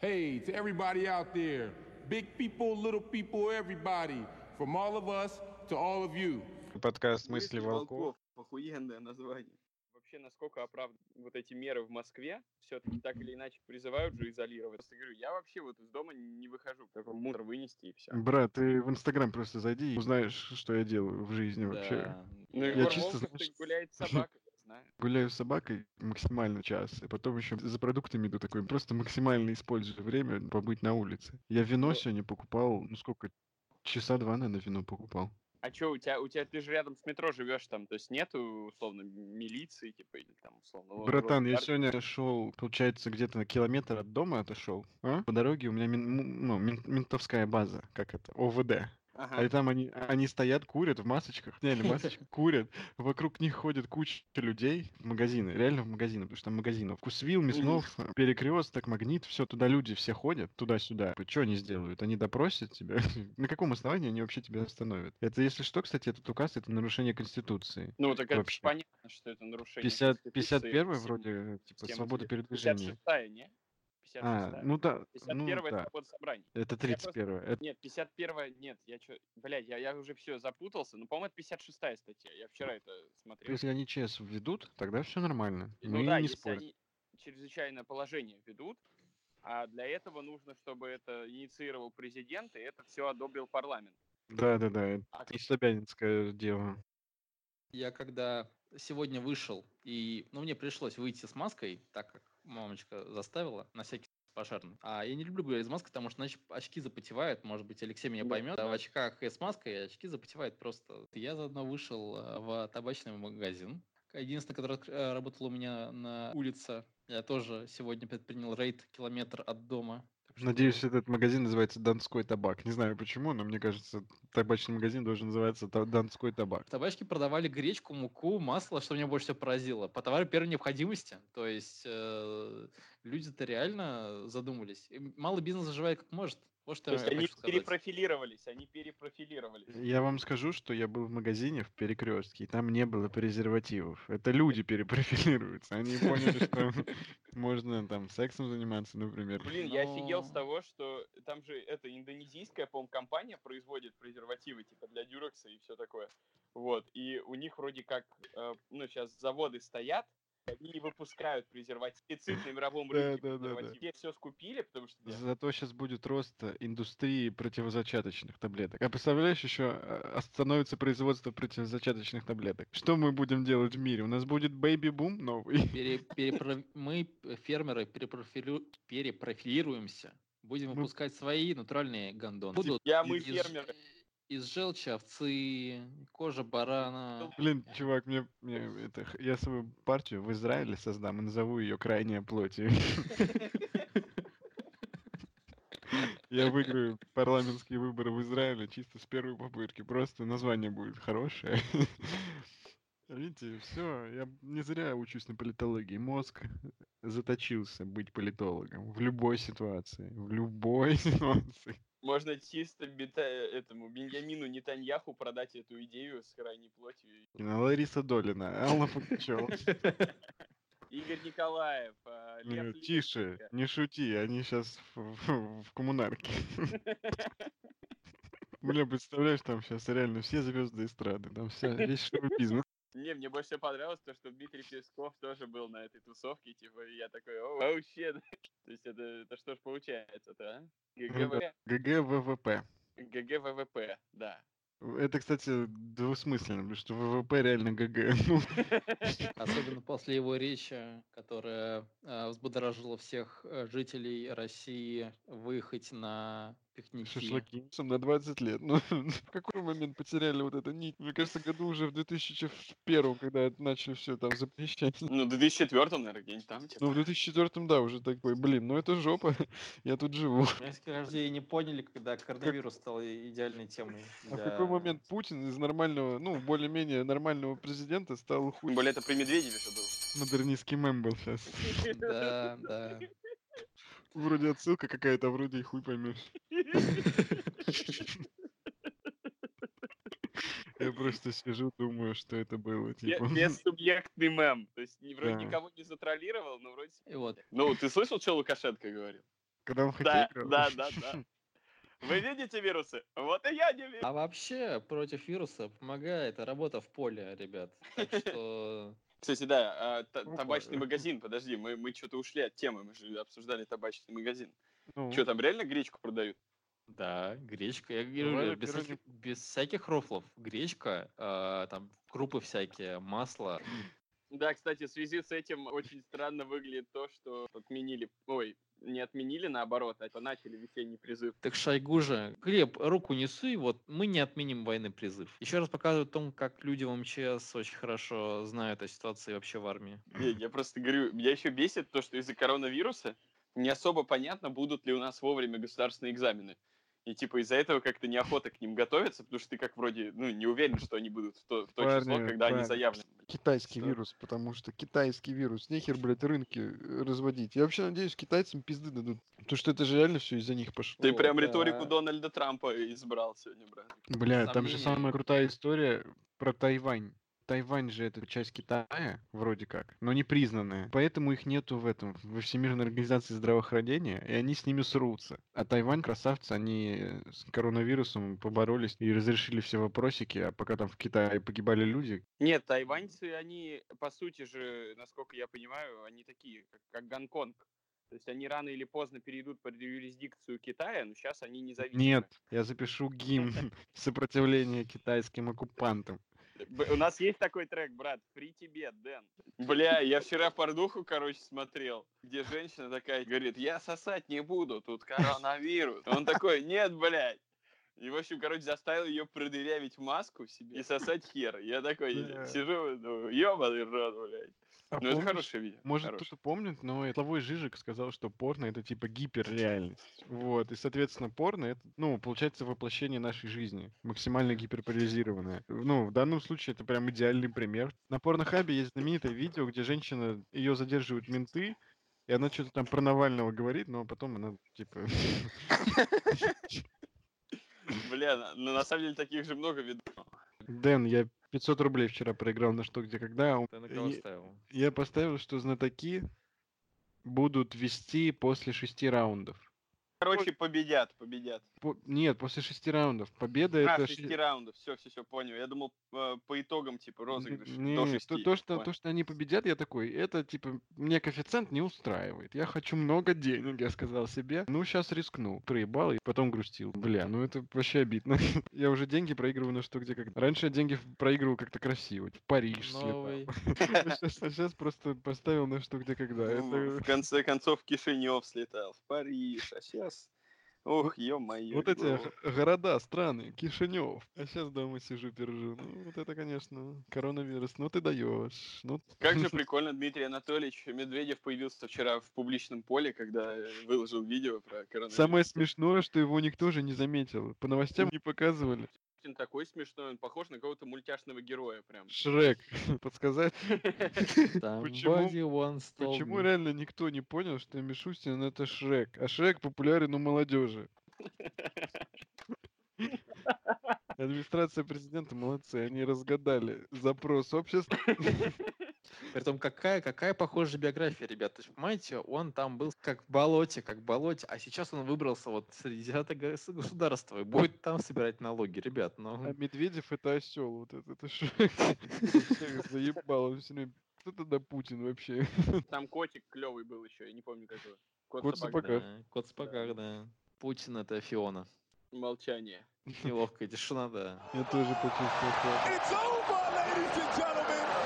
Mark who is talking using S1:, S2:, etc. S1: Hey, to everybody out there, big people, little people, everybody, from all of us to all of you.
S2: Подкаст «Мысли волков».
S3: Ну, Охуенное название. Вообще, насколько оправданы вот эти меры в Москве, все-таки так или иначе призывают же изолировать. Просто говорю, я вообще вот из дома не выхожу, как мудр вынести и все.
S2: Брат, ты в Инстаграм просто зайди и узнаешь, что я делаю в жизни вообще.
S4: Да.
S3: Ну,
S2: Я
S3: Егор
S2: чисто,
S3: Волков,
S2: знаешь,
S3: так гуляет с собакой, я знаю.
S2: Гуляю с собакой максимально час, и потом еще за продуктами иду такой, просто максимально использую время побыть на улице. Я вино
S3: Ну.
S2: сегодня покупал, ну сколько, часа два, наверное, вино покупал.
S3: А что, у тебя, у тебя, ты же рядом с метро живешь там, то есть нету, условно, милиции, типа, или там, условно... вот-
S2: Братан,
S3: вот
S2: я
S3: гвардии?
S2: сегодня шел, получается, где-то на километр от дома отошел. а? По дороге у меня мин- м- ну, мин- ментовская база, как это, ОВД. А и
S3: Ага.
S2: там они, они стоят, курят в масочках, сняли масочки, курят. Вокруг них ходит куча людей в магазины, реально в магазины, потому что там магазинов. Вкусвилл, Мяснов, Перекресток, Магнит, все, туда люди все ходят, туда-сюда. Что они сделают? Они допросят тебя? На каком основании они вообще тебя остановят? Это, если что, кстати, этот указ, это нарушение Конституции.
S3: Ну, так это
S2: вообще.
S3: понятно, что это нарушение
S2: 50,
S3: Конституции
S2: 51
S3: всем-
S2: вроде, типа,
S3: всем
S2: свобода
S3: этим.
S2: передвижения.
S3: 56-я, не? 56-я.
S2: А, ну да,
S3: 51-я
S2: ну
S3: это
S2: да.
S3: свобода собрания.
S2: Это
S3: Я просто-
S2: 31 это
S3: Нет, 51-я, нет, я чё, блядь, я, я уже все запутался, но, по-моему, это 56-я статья, я вчера это смотрел.
S2: Если они ЧС введут, тогда все нормально.
S3: Ну
S2: Мы
S3: да,
S2: не
S3: если
S2: спорим.
S3: они чрезвычайное положение ведут, а для этого нужно, чтобы это инициировал президент, и это все одобрил парламент.
S2: Да, да, да. Это
S3: А
S2: не Собянинское дело.
S4: Я когда сегодня вышел, и ну, мне пришлось выйти с маской, так как мамочка заставила, на всякий пожарный. А я не люблю гулять с маской, потому что иначе очки запотевают. Может быть, Алексей меня
S3: Да,
S4: поймет.
S3: да.
S4: А в очках и с маской очки запотевают просто. Я заодно вышел э, в табачный магазин. Единственный, который э, работал у меня на улице. Я тоже сегодня предпринял рейд километр от дома. Так что-
S2: Надеюсь, этот магазин называется Донской табак. Не знаю почему, но мне кажется, табачный магазин должен называться та- Донской табак.
S4: В табачке продавали гречку, муку, масло, что меня больше всего поразило. По товару первой необходимости. То есть э, люди-то реально задумались. И малый бизнес заживает как может. Вот
S3: То
S4: что
S3: есть
S4: Ну, я
S3: они
S4: хочу сказать.
S3: перепрофилировались, они перепрофилировались.
S2: Я вам скажу, что я был в магазине в перекрестке, и там не было презервативов. Это люди перепрофилируются. Они поняли, что можно там сексом заниматься, например.
S3: Блин, я офигел с
S4: Но-
S3: того, что там же эта индонезийская, по-моему, компания производит презервативы, типа для дюрекса и все такое. Вот, и у них вроде как, э, ну, сейчас заводы стоят, и они не выпускают презервативы, дефицит на мировом
S2: Да,
S3: рынке
S2: да, да, да.
S3: все скупили, потому что...
S2: Зато сейчас будет рост э, индустрии противозачаточных таблеток. А представляешь, еще остановится производство противозачаточных таблеток. Что мы будем делать в мире? У нас будет бэйби-бум новый.
S4: Пере- перепро- Мы, э, фермеры, перепрофилю- перепрофилируемся. Будем
S2: Ну-
S4: выпускать свои натуральные гондоны. Будут
S3: Я, мы
S4: из-
S3: фермеры.
S4: Из желчи овцы, кожа барана.
S2: Блин, чувак, мне, мне это, х- я свою партию в Израиле создам и назову ее «Крайняя плоть». И Я выиграю парламентские выборы в Израиле чисто с первой попытки. Просто название будет хорошее. Видите, все, я не зря учусь на политологии. Мозг заточился быть политологом в любой ситуации. В любой ситуации.
S3: Можно чисто бита- этому Беньямину Нетаньяху продать эту идею с крайней плотью.
S2: И на Лариса Долина, Алла Пугачева.
S3: Игорь Николаев, а,
S2: Ну,
S3: Лев
S2: Тише,
S3: Лещенко.
S2: не шути, они сейчас в, в- в коммунарке. Бля, представляешь, там сейчас реально все звезды эстрады, там вся весь шоу-бизнес.
S3: Не, мне больше всего понравилось то, что Дмитрий Песков тоже был на этой тусовке, типа, и я такой, о, вообще, то есть это, это что ж получается-то, а? ГГВ,
S2: ГГ ВВП.
S3: ГГВВП, да.
S2: Это, кстати, двусмысленно, потому что ВВП реально ГГ. Ну,
S4: Особенно после его речи, которая э, взбудоражила всех э, жителей России выехать на пикники.
S2: шашлыки сам на 20 лет. Ну, в какой момент потеряли вот эту нить? Мне кажется, году уже в 2001, когда это начали все там запрещать.
S3: Ну, в 2004, наверное, где-нибудь там, типа.
S2: Ну, в 2004, да, уже такой, блин, ну это жопа, я тут живу.
S4: Несколько людей не поняли, когда коронавирус стал и- идеальной темой.
S2: А в
S4: для-
S2: какой момент Путин из нормального, ну, более-менее нормального президента стал хуй...
S3: Тем более это при Медведеве же было.
S2: Модернистский мем был сейчас.
S4: Да, да.
S2: Вроде отсылка какая-то, а вроде и хуй поймешь. Я просто сижу, думаю, что это было,
S3: Бе-
S2: типа...
S3: Бессубъектный мем. То есть ни- вроде
S2: Да.
S3: никого не затроллировал, но вроде...
S4: И вот.
S3: Ну, ты слышал, что Лукашенко говорил?
S2: Когда он в
S3: Да,
S2: хоккей играл.
S3: да, да, да. Вы видите вирусы? Вот и я не вижу.
S4: А вообще против вируса помогает работа в поле, ребят. Так что
S3: Кстати, да, а, та-
S2: Опа.
S3: табачный магазин, подожди, мы, мы что-то ушли от темы, мы же обсуждали табачный магазин.
S2: Ну,
S3: Что, там реально гречку продают?
S4: да, гречка. Я говорю,
S2: Давай,
S4: ребят, без,
S2: пироги.
S4: всяких, без всяких рофлов. Гречка, а, там крупы всякие, масло.
S3: Да, кстати, в связи с этим очень странно выглядит то, что отменили, ой, не отменили, наоборот, а начали весенний призыв.
S4: Так Шойгу же, Глеб, руку не суй, вот мы не отменим войны призыв. Еще раз показывают о том, как люди в МЧС очень хорошо знают о ситуации вообще в армии.
S3: Не, я просто говорю, меня еще бесит то, что из-за коронавируса не особо понятно, будут ли у нас вовремя государственные экзамены. И типа из-за этого как-то неохота к ним готовиться, потому что ты как вроде, ну, не уверен, что они будут в то, в то число,
S2: Парни,
S3: когда они
S2: парни.
S3: заявлены.
S2: китайский
S3: Что?
S2: вирус, потому что китайский вирус. Нехер, блядь, рынки э, разводить. Я вообще надеюсь, китайцам пизды дадут. Потому что это же реально все из-за них пошло.
S3: Ты
S4: О,
S3: прям риторику
S4: да.
S3: Дональда Трампа избрал сегодня, брат.
S2: Бля, там же
S4: Сомнения.
S2: самая крутая история про Тайвань. Тайвань же это часть Китая, вроде как, но не признанная. Поэтому их нету в этом, во Всемирной организации здравоохранения, и они с ними срутся. А Тайвань, красавцы, они э, с коронавирусом поборолись и разрешили все вопросики, а пока там в Китае погибали люди.
S3: Нет, тайваньцы, они, по сути же, насколько я понимаю, они такие, как, как Гонконг. То есть они рано или поздно перейдут под юрисдикцию Китая, но сейчас они независимы.
S2: Нет, я запишу гимн сопротивления китайским оккупантам.
S3: Б- у нас есть такой трек, брат, «Фри Тибет», Дэн. Бля, я вчера порнуху, короче, смотрел, где женщина такая говорит, я сосать не буду, тут коронавирус. Он такой, нет, блядь. И, в общем, короче, заставил ее продырявить маску себе и сосать хер. Я такой
S2: Да.
S3: сижу, думаю, ебаный рот, блядь.
S2: А
S3: Ну, это
S2: помнишь-
S3: хорошее видео.
S2: Может,
S3: хорошее.
S2: кто-то помнит, но Словой Жижик сказал, что порно это типа гиперреальность. Вот. И, соответственно, порно это, ну, получается, воплощение нашей жизни, максимально гиперполизированное. Ну, в данном случае это прям идеальный пример. На порнохабе есть знаменитое видео, где женщина, ее задерживают менты, и она что-то там про Навального говорит, но потом она типа.
S3: Бля, на, ну, на- на самом деле таких же много видов.
S2: Дэн, я 500 рублей вчера проиграл на что, где, когда.
S4: Ты на кого
S2: Е-
S4: ставил?
S2: Я поставил, что знатоки будут вести после шести раундов.
S3: Короче, победят, победят.
S2: По- Нет, после шести раундов. Победа
S3: а,
S2: это...
S3: шести
S2: ши-
S3: раундов, все, все, все, понял. Я думал, э, по итогам, типа, розыгрыш
S2: Н-
S3: до
S2: не,
S3: шести.
S2: то, то, что,
S3: Понял.
S2: то, что они победят, я такой, это, типа, мне коэффициент не устраивает. Я хочу много денег, я сказал себе. Ну, сейчас рискну. Проебал и потом грустил. Бля, ну это вообще обидно. я уже деньги проигрываю на что, где, как. Раньше я деньги в- проигрывал как-то красиво. В Париж
S4: Новый.
S2: слетал. Сейчас просто поставил на что, где, когда.
S3: В, в
S2: Это-
S3: конце концов, в Кишинев слетал, в Париж, а сейчас... Ох, ё-моё.
S2: Вот эти
S3: ну,
S2: г- города, страны, Кишинев. А сейчас дома сижу, пержу. Ну, вот это, конечно, коронавирус. Ну, ты даешь. Ну,
S3: Как же прикольно Дмитрий Анатольевич Медведев появился вчера в публичном поле, когда э, выложил видео про коронавирус.
S2: Самое смешное, что его никто же не заметил. По новостям не показывали.
S3: Он такой смешной, он похож на какого-то мультяшного героя прям.
S2: Шрек, подсказать,
S4: Somebody once told
S2: почему
S4: me.
S2: реально никто не понял, что Мишустин это Шрек. А Шрек популярен у молодежи. Администрация президента молодцы, они разгадали запрос общества.
S4: Притом какая, какая похожая биография, ребят. То есть, понимаете, он там был как в болоте, как в болоте, а сейчас он выбрался вот среди десяток гос- государства и будет там собирать налоги, ребят.
S2: А
S4: Ну,
S2: Медведев это осел, вот этот это Шрек. Он всех Заебал, он все время. Кто тогда Путин вообще?
S3: Там котик клевый был еще, я не помню как его.
S2: Кот
S3: собака.
S2: собака.
S4: да, кот в сапогах, да. Путин это Фиона.
S3: Молчание.
S4: Неловкая тишина, да.
S2: Я тоже почувствовал.
S5: It's over, ladies and gentlemen.